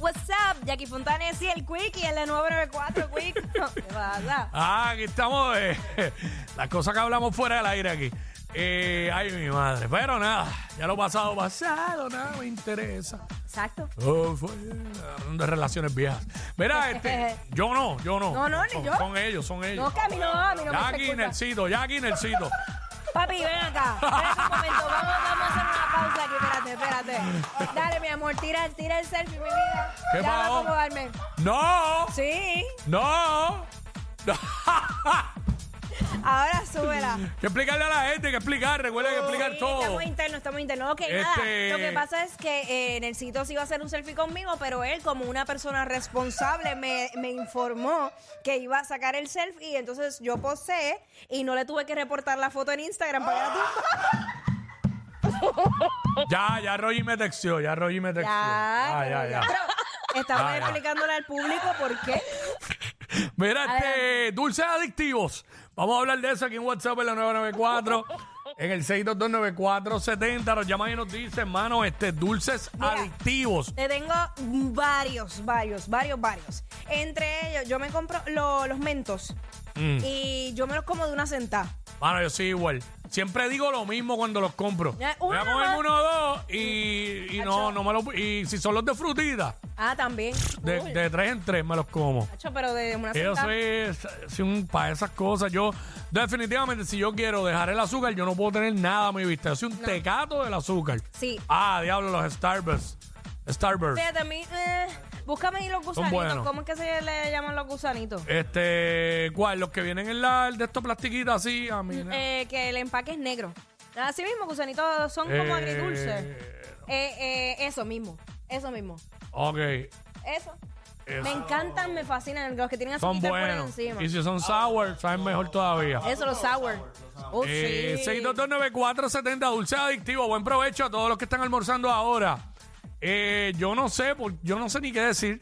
WhatsApp, Jackie Fontanes y el Quick y el de 994 Quick. ¿Qué pasa? Ah, aquí estamos. eh, las cosas que hablamos fuera del aire aquí. Eh, ay, mi madre. Pero nada, ya lo pasado, pasado, nada me interesa. Exacto. Oh, fue, hablando de relaciones viejas. Mira, este, yo no, yo no. No, no, ni son, yo. Son ellos, son No, ellos. que a mí no, a mí no me hace Jackie, culpa. Nercito, Jackie, Nercito. Papi, ven acá. Espérate un momento. Vamos, vamos a hacer una pausa aquí. Espérate, espérate. Dale, mi amor, tira, tira el selfie, mi vida. ¿Qué ya pasó? va a acomodarme. No, Sí. no. no. Ahora súbela. que explicarle a la gente, que explicar, recuerda que explicar Sí, todo. Estamos internos, estamos internos. Ok, Este- nada. Lo que pasa es que eh, Nelsito sí iba a hacer un selfie conmigo, pero él, como una persona responsable, me, me informó que iba a sacar el selfie. Y entonces yo posé y no le tuve que reportar la foto en Instagram para que la tumbara. Ya, ya Roger me texteó, ya Roger me texteó. Ya, ya, ya. ya. Pero estamos Ya, ya. explicándole al público por qué. Mira, este, dulces adictivos. Vamos a hablar de eso aquí en WhatsApp en la 994. En el 6229470 nos llaman y nos dicen, hermano, este, dulces Mira. adictivos. Te tengo varios, varios, varios, varios. Entre ellos, yo me compro lo- los mentos Mm. y yo me los como de una sentada. Mano, yo soy igual. Siempre digo lo mismo cuando los compro. Eh, Voy a uno comerme más. uno o dos y, y no, Hacho. no me los... Y si son los de frutita, Ah, también. de, Uy, de tres en tres me los como. macho, pero de una Yo sentada. soy, soy un para esas cosas. Yo, definitivamente, si yo quiero dejar el azúcar, yo no puedo tener nada a mi vista. Yo soy un tecato del azúcar. Sí. Ah, diablo, los Starburst. Starburst. Fíjate, a mí, eh, búscame ahí los gusanitos. buenos. ¿Cómo es que se le llaman los gusanitos? Este, ¿cuál? Los que vienen en la de estos plastiquitos así, a mí. no. Eh, que el empaque es negro. Así mismo, gusanitos son como Eh, agridulces. Eh, eh, eso mismo, eso mismo. Ok. Eso. Eso. Me encantan, me fascinan los que tienen Son azúcar por buenos. encima. Y si son sour, saben mejor todavía. Eso, los sour. Oh, Eh, sí. 6229470, dulce adictivo. Buen provecho a todos los que están almorzando ahora. Eh, yo no sé, por- yo no sé ni qué decir,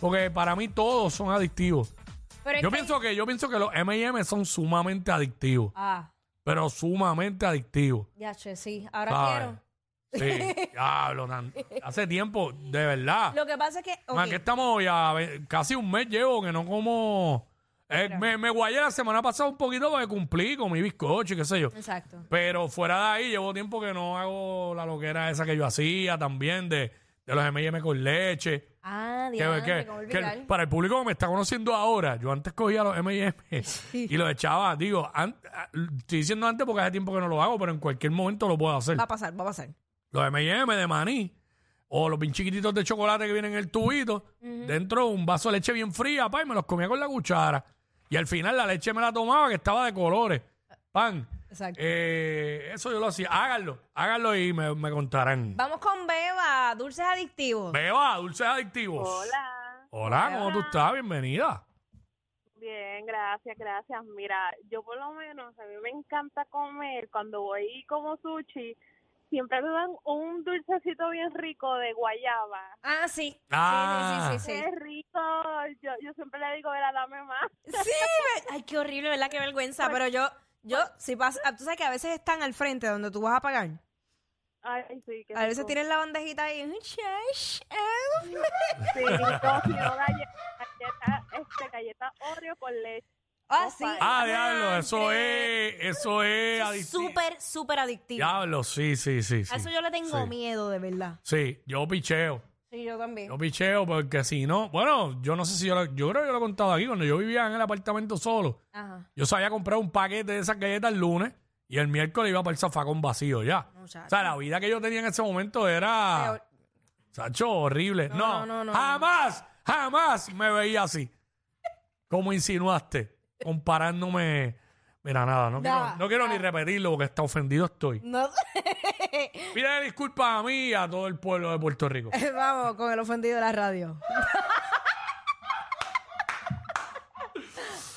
porque para mí todos son adictivos. Pero es Yo que- pienso que yo pienso que los M&M son sumamente adictivos, Ah, pero sumamente adictivos. ya che, sí. Ahora ¿sabes? quiero. Sí, diablo, tan- hace tiempo, de verdad. Lo que pasa es que. ok, Aquí estamos hoy a ve- casi un mes llevo que no como. Eh, me, me guayé la semana pasada un poquito porque cumplí con mi bizcocho y qué sé yo. Exacto. Pero fuera de ahí, llevo tiempo que no hago la loquera esa que yo hacía también de, de los M&M con leche. Ah, Que- diablo, que- cómo que el- olvidar. para el público que me está conociendo ahora, yo antes cogía los M&M y los echaba. Digo, an- a- estoy diciendo antes porque hace tiempo que no lo hago, pero en cualquier momento lo puedo hacer. Va a pasar, va a pasar. Los M&M de maní o los bien chiquititos de chocolate que vienen en el tubito, dentro de un vaso de leche bien fría, pa, y me los comía con la cuchara. Y al final la leche me la tomaba que estaba de colores. Pan. Exacto. Eh, eso yo lo hacía. Háganlo, háganlo y me, me contarán. Vamos con Beba, dulces adictivos. Beba, dulces adictivos. Hola. Hola, ¿cómo tú estás? Bienvenida. Bien, gracias, gracias. Mira, yo por lo menos, a mí me encanta comer. Cuando voy y como sushi, siempre me dan un dulcecito bien rico de guayaba. Ah, sí. Ah. Sí, sí, sí, sí, Qué rico. Yo, yo siempre le digo, era dame más. sí. Sí, ve- ay, qué horrible, ¿verdad? Qué vergüenza. Pero yo, yo, si pasa, ah, tú sabes que a veces están al frente donde tú vas a pagar. Ay, sí, qué A veces rico. tienen la bandejita ahí. eh. Sí, no, sino galleta, galleta, este, galleta Oreo con leche. Ah, sí. Ah, diablo, eso sí. es, Eso eso es es adictivo. Súper, súper adictivo. Diablo, sí, sí, sí. sí. A eso yo le tengo Sí. miedo, de verdad. Sí, yo picheo. Sí, yo también. Yo picheo porque si no, bueno, yo no sé si yo lo, yo creo que yo lo he contado aquí, cuando yo vivía en el apartamento solo, Ajá, yo sabía comprar un paquete de esas galletas el lunes y el miércoles iba para el zafacón vacío ya. muchacho. O sea, la vida que yo tenía en ese momento era, Pero- Sacho, horrible. No, No, no, no, no. jamás, jamás me veía así. Como insinuaste, comparándome. Mira, nada, no quiero, Nah, no quiero ni repetirlo porque está ofendido estoy. No Pide disculpas a mí y a todo el pueblo de Puerto Rico. Vamos con el ofendido de la radio.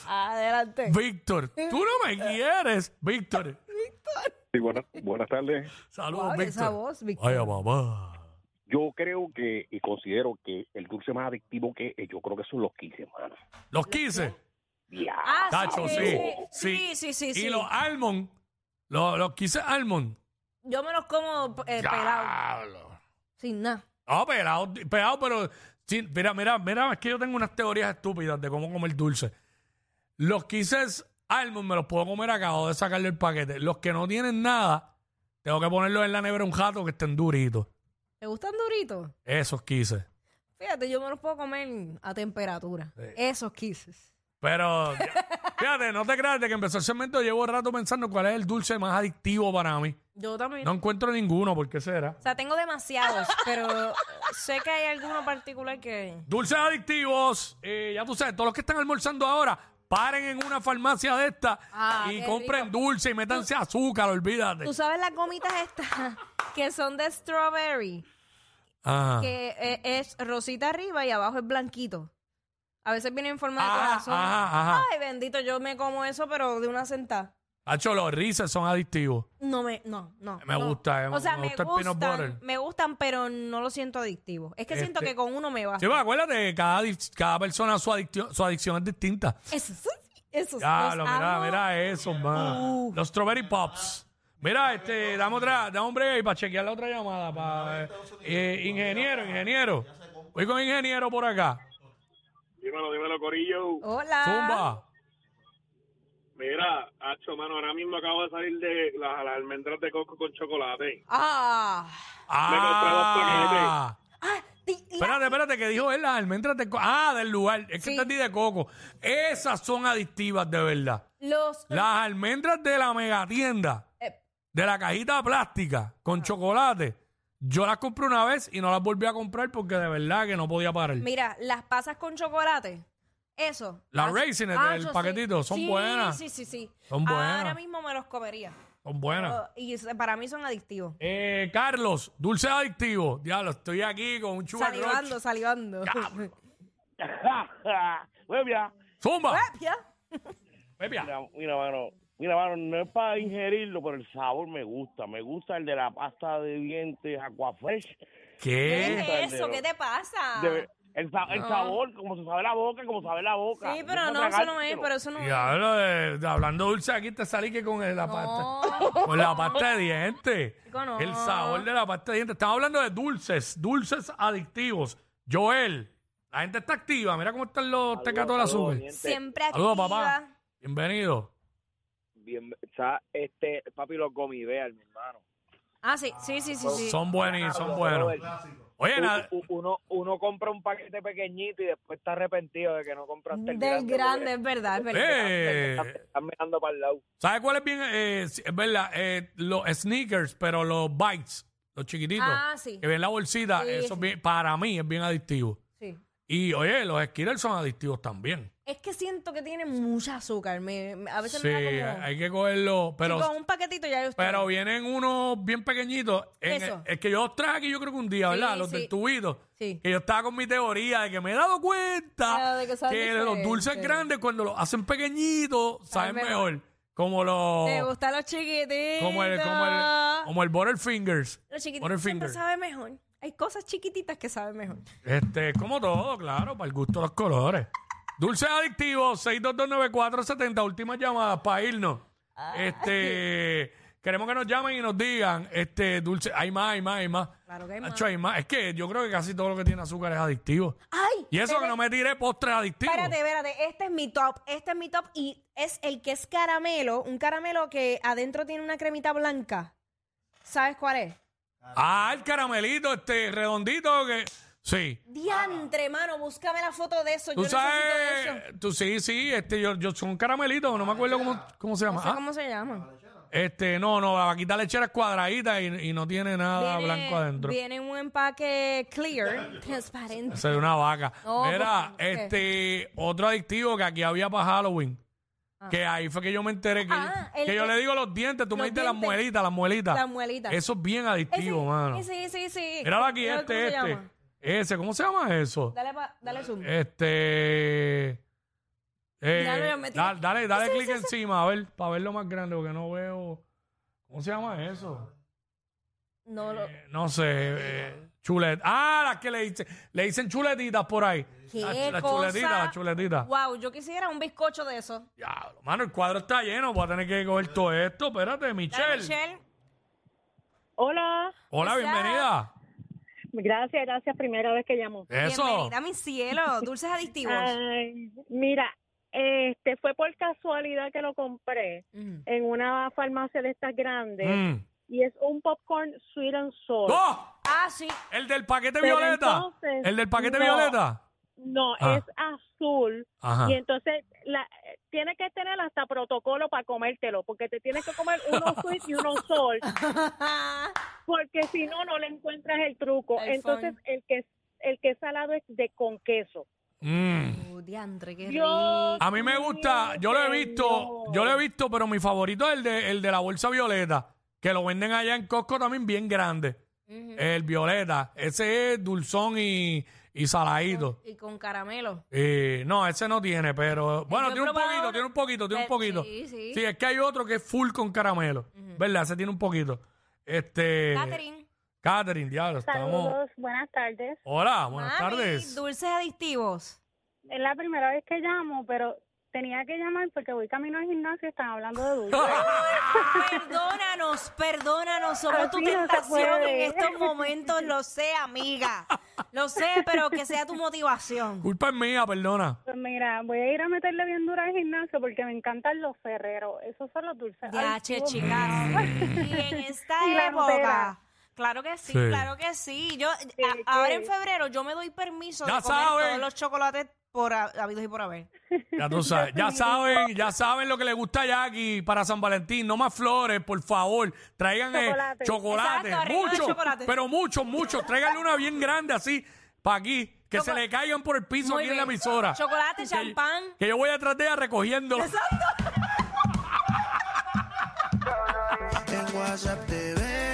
Adelante. Víctor, tú no me quieres, Víctor. Sí, buenas, buenas tardes. Saludos, Wow, Víctor. esa voz, Víctor. Vaya mamá. Yo creo que y considero que el dulce más adictivo que es, yo creo que son los 15, hermano. Los 15. Ya. Ah, Tacho, sí. Sí, sí, sí. sí. Y los Almond. Los, los 15 Almond. Yo me los como eh, pelado, Diablo. sin nada. No, pelado, pelado, Ah, pero Sí, mira, mira, mira, es que yo tengo unas teorías estúpidas de cómo comer dulce. Los quises almond me los puedo comer acabado de sacarle el paquete. Los que no tienen nada, tengo que ponerlos en la nevera un jato que estén duritos. ¿Te gustan duritos? Esos quises. Fíjate, yo me los puedo comer a temperatura. Esos kisses. Pero, fíjate, no te creas, de que empezó el segmento llevo rato pensando cuál es el dulce más adictivo para mí. Yo también. No encuentro ninguno, ¿por qué será? O sea, tengo demasiados, pero sé que hay alguno particular que... Dulces adictivos, eh, ya tú sabes, todos los que están almorzando ahora, paren en una farmacia de esta Ah, y qué compren rico. dulce y métanse azúcar, olvídate. Tú sabes las gomitas estas que son de strawberry, Ajá. que eh, es rosita arriba y abajo es blanquito. A veces viene en forma de Ajá, corazón. Ah, ajá, ajá. Ay, bendito, yo me como eso, pero de una sentada. Hacho, los Reese's son adictivos. No me, no, no. Me no. gusta, eh, O sea, me me, gusta el peanut gustan, butter. me gustan, pero no lo siento adictivo. Es que siento Este- que con uno me va. Sí, pero acuérdate que cada, adic- cada persona su adicción, su adicción es distinta. Eso sí, eso sí. Ya, los mira, amo. Uh. mira eso, man. Los Strawberry Pops. Mira, este, dame otra, dame un break para chequear la otra llamada. pa- eh, eh, ingeniero, ingeniero. Voy con ingeniero por acá. Dímelo, dímelo, Corillo. Hola. Zumba. Mira, Hacho, mano, ahora mismo acabo de salir de las, las almendras de coco con chocolate. Ah. Ah. Ah, di- la- Espérate, espérate, que dijo él las almendras de coco. Ah, del lugar. Es Sí. que entendí de coco. Esas son adictivas de verdad. los. Las almendras de la megatienda, eh, de la cajita plástica con chocolate, yo las compré una vez y no las volví a comprar porque de verdad que no podía parar. mira, las pasas con chocolate. Eso. Las Las- raisines Ah, del yo sí. paquetito son Sí, buenas. Sí, sí, sí. Son Ahora buenas. Ah. mismo me los comería. Son buenas. Oh, y es- para mí son adictivos. Eh, Carlos, dulce adictivo. Diablo, estoy aquí con un Salivando, chubac salivando. Pues Mira, Zumba. Ya. Pepia. mira, mira, mano, mira, mano, no es para ingerirlo, pero el sabor me gusta. Me gusta el de la pasta de dientes Aquafresh. ¿Qué? ¿Qué es eso? ¿Qué te pasa? De- el, sa- el sabor, como se sabe la boca, como sabe la boca. Sí, pero Gusta no, eso no es, tragártelo. pero eso no es. Diablo, eh, hablando dulce aquí te salí que con la pasta. No. Con la pasta de dientes. Chico, no. El sabor de la pasta de dientes. Estamos hablando de dulces, dulces adictivos. Joel, la gente está activa. Mira cómo están los tecatos de la saludos, sube. gente. Siempre activa. Saludos, papá. Bienvenido. Bien, o sea, este, papi, los gomibeas, mi hermano. Ah, sí, sí, sí, sí. sí. Son buenos, son buenos. Oye, na- U- u- uno, uno compra un paquete pequeñito y después está arrepentido de que no compraste el Del grande, es verdad, es verdad. eh, Estás mirando para el lado. ¿sabes cuál es bien? eh, sí, es verdad, eh, los sneakers, pero los bites, los chiquititos. Ah, sí. Que ven la bolsita, Sí, eso es sí. bien- para mí es bien adictivo. Sí. Y oye, los Skittles son adictivos también. Es que siento que tiene mucha azúcar. Me, me- a veces Sí, me da como... hay que cogerlo, pero Sí, con un paquetito ya yo estoy. Pero vienen unos bien pequeñitos. En Eso. es que yo los traje aquí, yo creo que un día, Sí, ¿verdad? Los sí. del tubito. Sí. Que yo estaba con mi teoría de que me he dado Ah, cuenta de que saben los diferente. dulces grandes, cuando los hacen pequeñitos, saben Saben mejor. Como los. Te gustan los chiquititos. Como el, como el, como el Butterfingers. Los chiquititos siempre Butterfingers. saben mejor. Hay cosas chiquititas que saben mejor. Este, como todo, claro, para el gusto de los colores. Dulces adictivos, 6229470, últimas llamadas para irnos. Este, queremos que nos llamen y nos digan, este, dulce, hay más, hay más, hay más. Claro que hay Nacho, hay más. Es que yo creo que casi todo lo que tiene azúcar es adictivo. ¡Ay! Y eso que espérate, no me tiré postres adictivos. Espérate, espérate. Este es mi top. Este es mi top y es el que es caramelo. Un caramelo que adentro tiene una cremita blanca. ¿Sabes cuál es? Ah, el caramelito, este, redondito que... Sí. Diantre, mano, búscame la foto de eso. Yo Tú necesito de eso. sabes, tú sí, sí, este, yo, yo soy un caramelito, no me acuerdo cómo, cómo se llama. No sé Ah, cómo se llama. Este, no, no, la vaquita lechera es cuadradita y, y no tiene nada blanco adentro. viene en un empaque clear, transparente. Esa es una vaca. No, Mira, ¿por qué? este, otro adictivo que aquí había para Halloween. Que ahí fue que yo me enteré que, Ah, el- que yo el- le digo los dientes, tú me los dijiste las dientes. muelitas, las muelitas. Las muelitas. Eso Ah, es bien adictivo, mano. Sí, sí, sí. Míralo aquí, Mira cómo este, Eh, se este. llama. Ese, ¿cómo se llama eso? Dale, pa- dale zoom. Este. eh, Ya lo metí. da- dale, dale Ese, clic ese, ese. encima, a ver, para verlo más grande, porque no veo. ¿Cómo se llama eso? no lo. Eh, no sé, eh, chulet. Ah, las que le dicen, le dicen chuletitas por ahí. Qué Las las cosa. chuletitas, las chuletitas. Wow, yo quisiera un bizcocho de eso. Diablo, mano, el cuadro está lleno. Voy a tener que coger todo esto. Espérate, Michelle. Dale, Michelle. Hola, Hola, What's up? bienvenida. Gracias, gracias. Primera vez que llamo. Eso. Bienvenida a mi cielo, dulces adictivos. Ay, mira, este fue por casualidad que lo compré Mm. en una farmacia de estas grandes Mm. y es un popcorn sweet and sour. ¡Oh! Ah, sí. El del paquete Pero violeta. entonces, el del paquete no. violeta. No, Ah. es azul Ajá. y entonces la, tiene que tener hasta protocolo para comértelo porque te tienes que comer uno sweet y uno sol porque si no no le encuentras el truco. El entonces fun. el que el que es salado es de con queso. Mm. Uh, diantre, qué Dios rico. A mí me gusta, yo lo he visto, Señor. yo lo he visto, pero mi favorito es el de, el de la bolsa violeta, que lo venden allá en Costco también bien grande. Ujú. El violeta, ese es dulzón y, y saladito. Y con caramelo. Eh, no, ese no tiene, pero bueno, Yo he tiene un probado poquito, uno- tiene un poquito, tiene un Eh, poquito. Sí, sí. Sí, es que hay otro que es full con caramelo, ¿verdad? Ese tiene un poquito. Este. Catherine. Catherine, diablo, estamos. Saludos, buenas tardes. Hola, buenas Mami, tardes. Dulces adictivos. Es la primera vez que llamo, pero tenía que llamar porque voy camino al gimnasio y están hablando de dulces. Perdónanos, perdónanos, somos tu Así no se tentación puede. en estos momentos, lo sé, amiga. Lo sé, pero que sea tu motivación. Culpa es mía, perdona. Pues mira, voy a ir a meterle bien dura al gimnasio porque me encantan los ferreros. Esos son los dulces. Ya, che, adictivos. chicas. Y en esta Y la época. nutera. Claro que sí, Sí. claro que sí. Yo a- sí. ahora en febrero yo me doy permiso Ya de comer saben. todos los chocolates por ha- habidos y por haber. Ya tú sabes, ya saben, ya saben lo que le gusta a Jackie para San Valentín. No más flores, por favor. Traigan eh, chocolate, Chocolate. Exacto, arriba de mucho, chocolate. pero mucho, mucho. Tráiganle una bien grande así para aquí, que se Choco- le caigan por el piso Muy aquí en la bien. emisora. Chocolate, Que- champán. Que yo voy atrás de ella recogiendo. En WhatsApp te veo.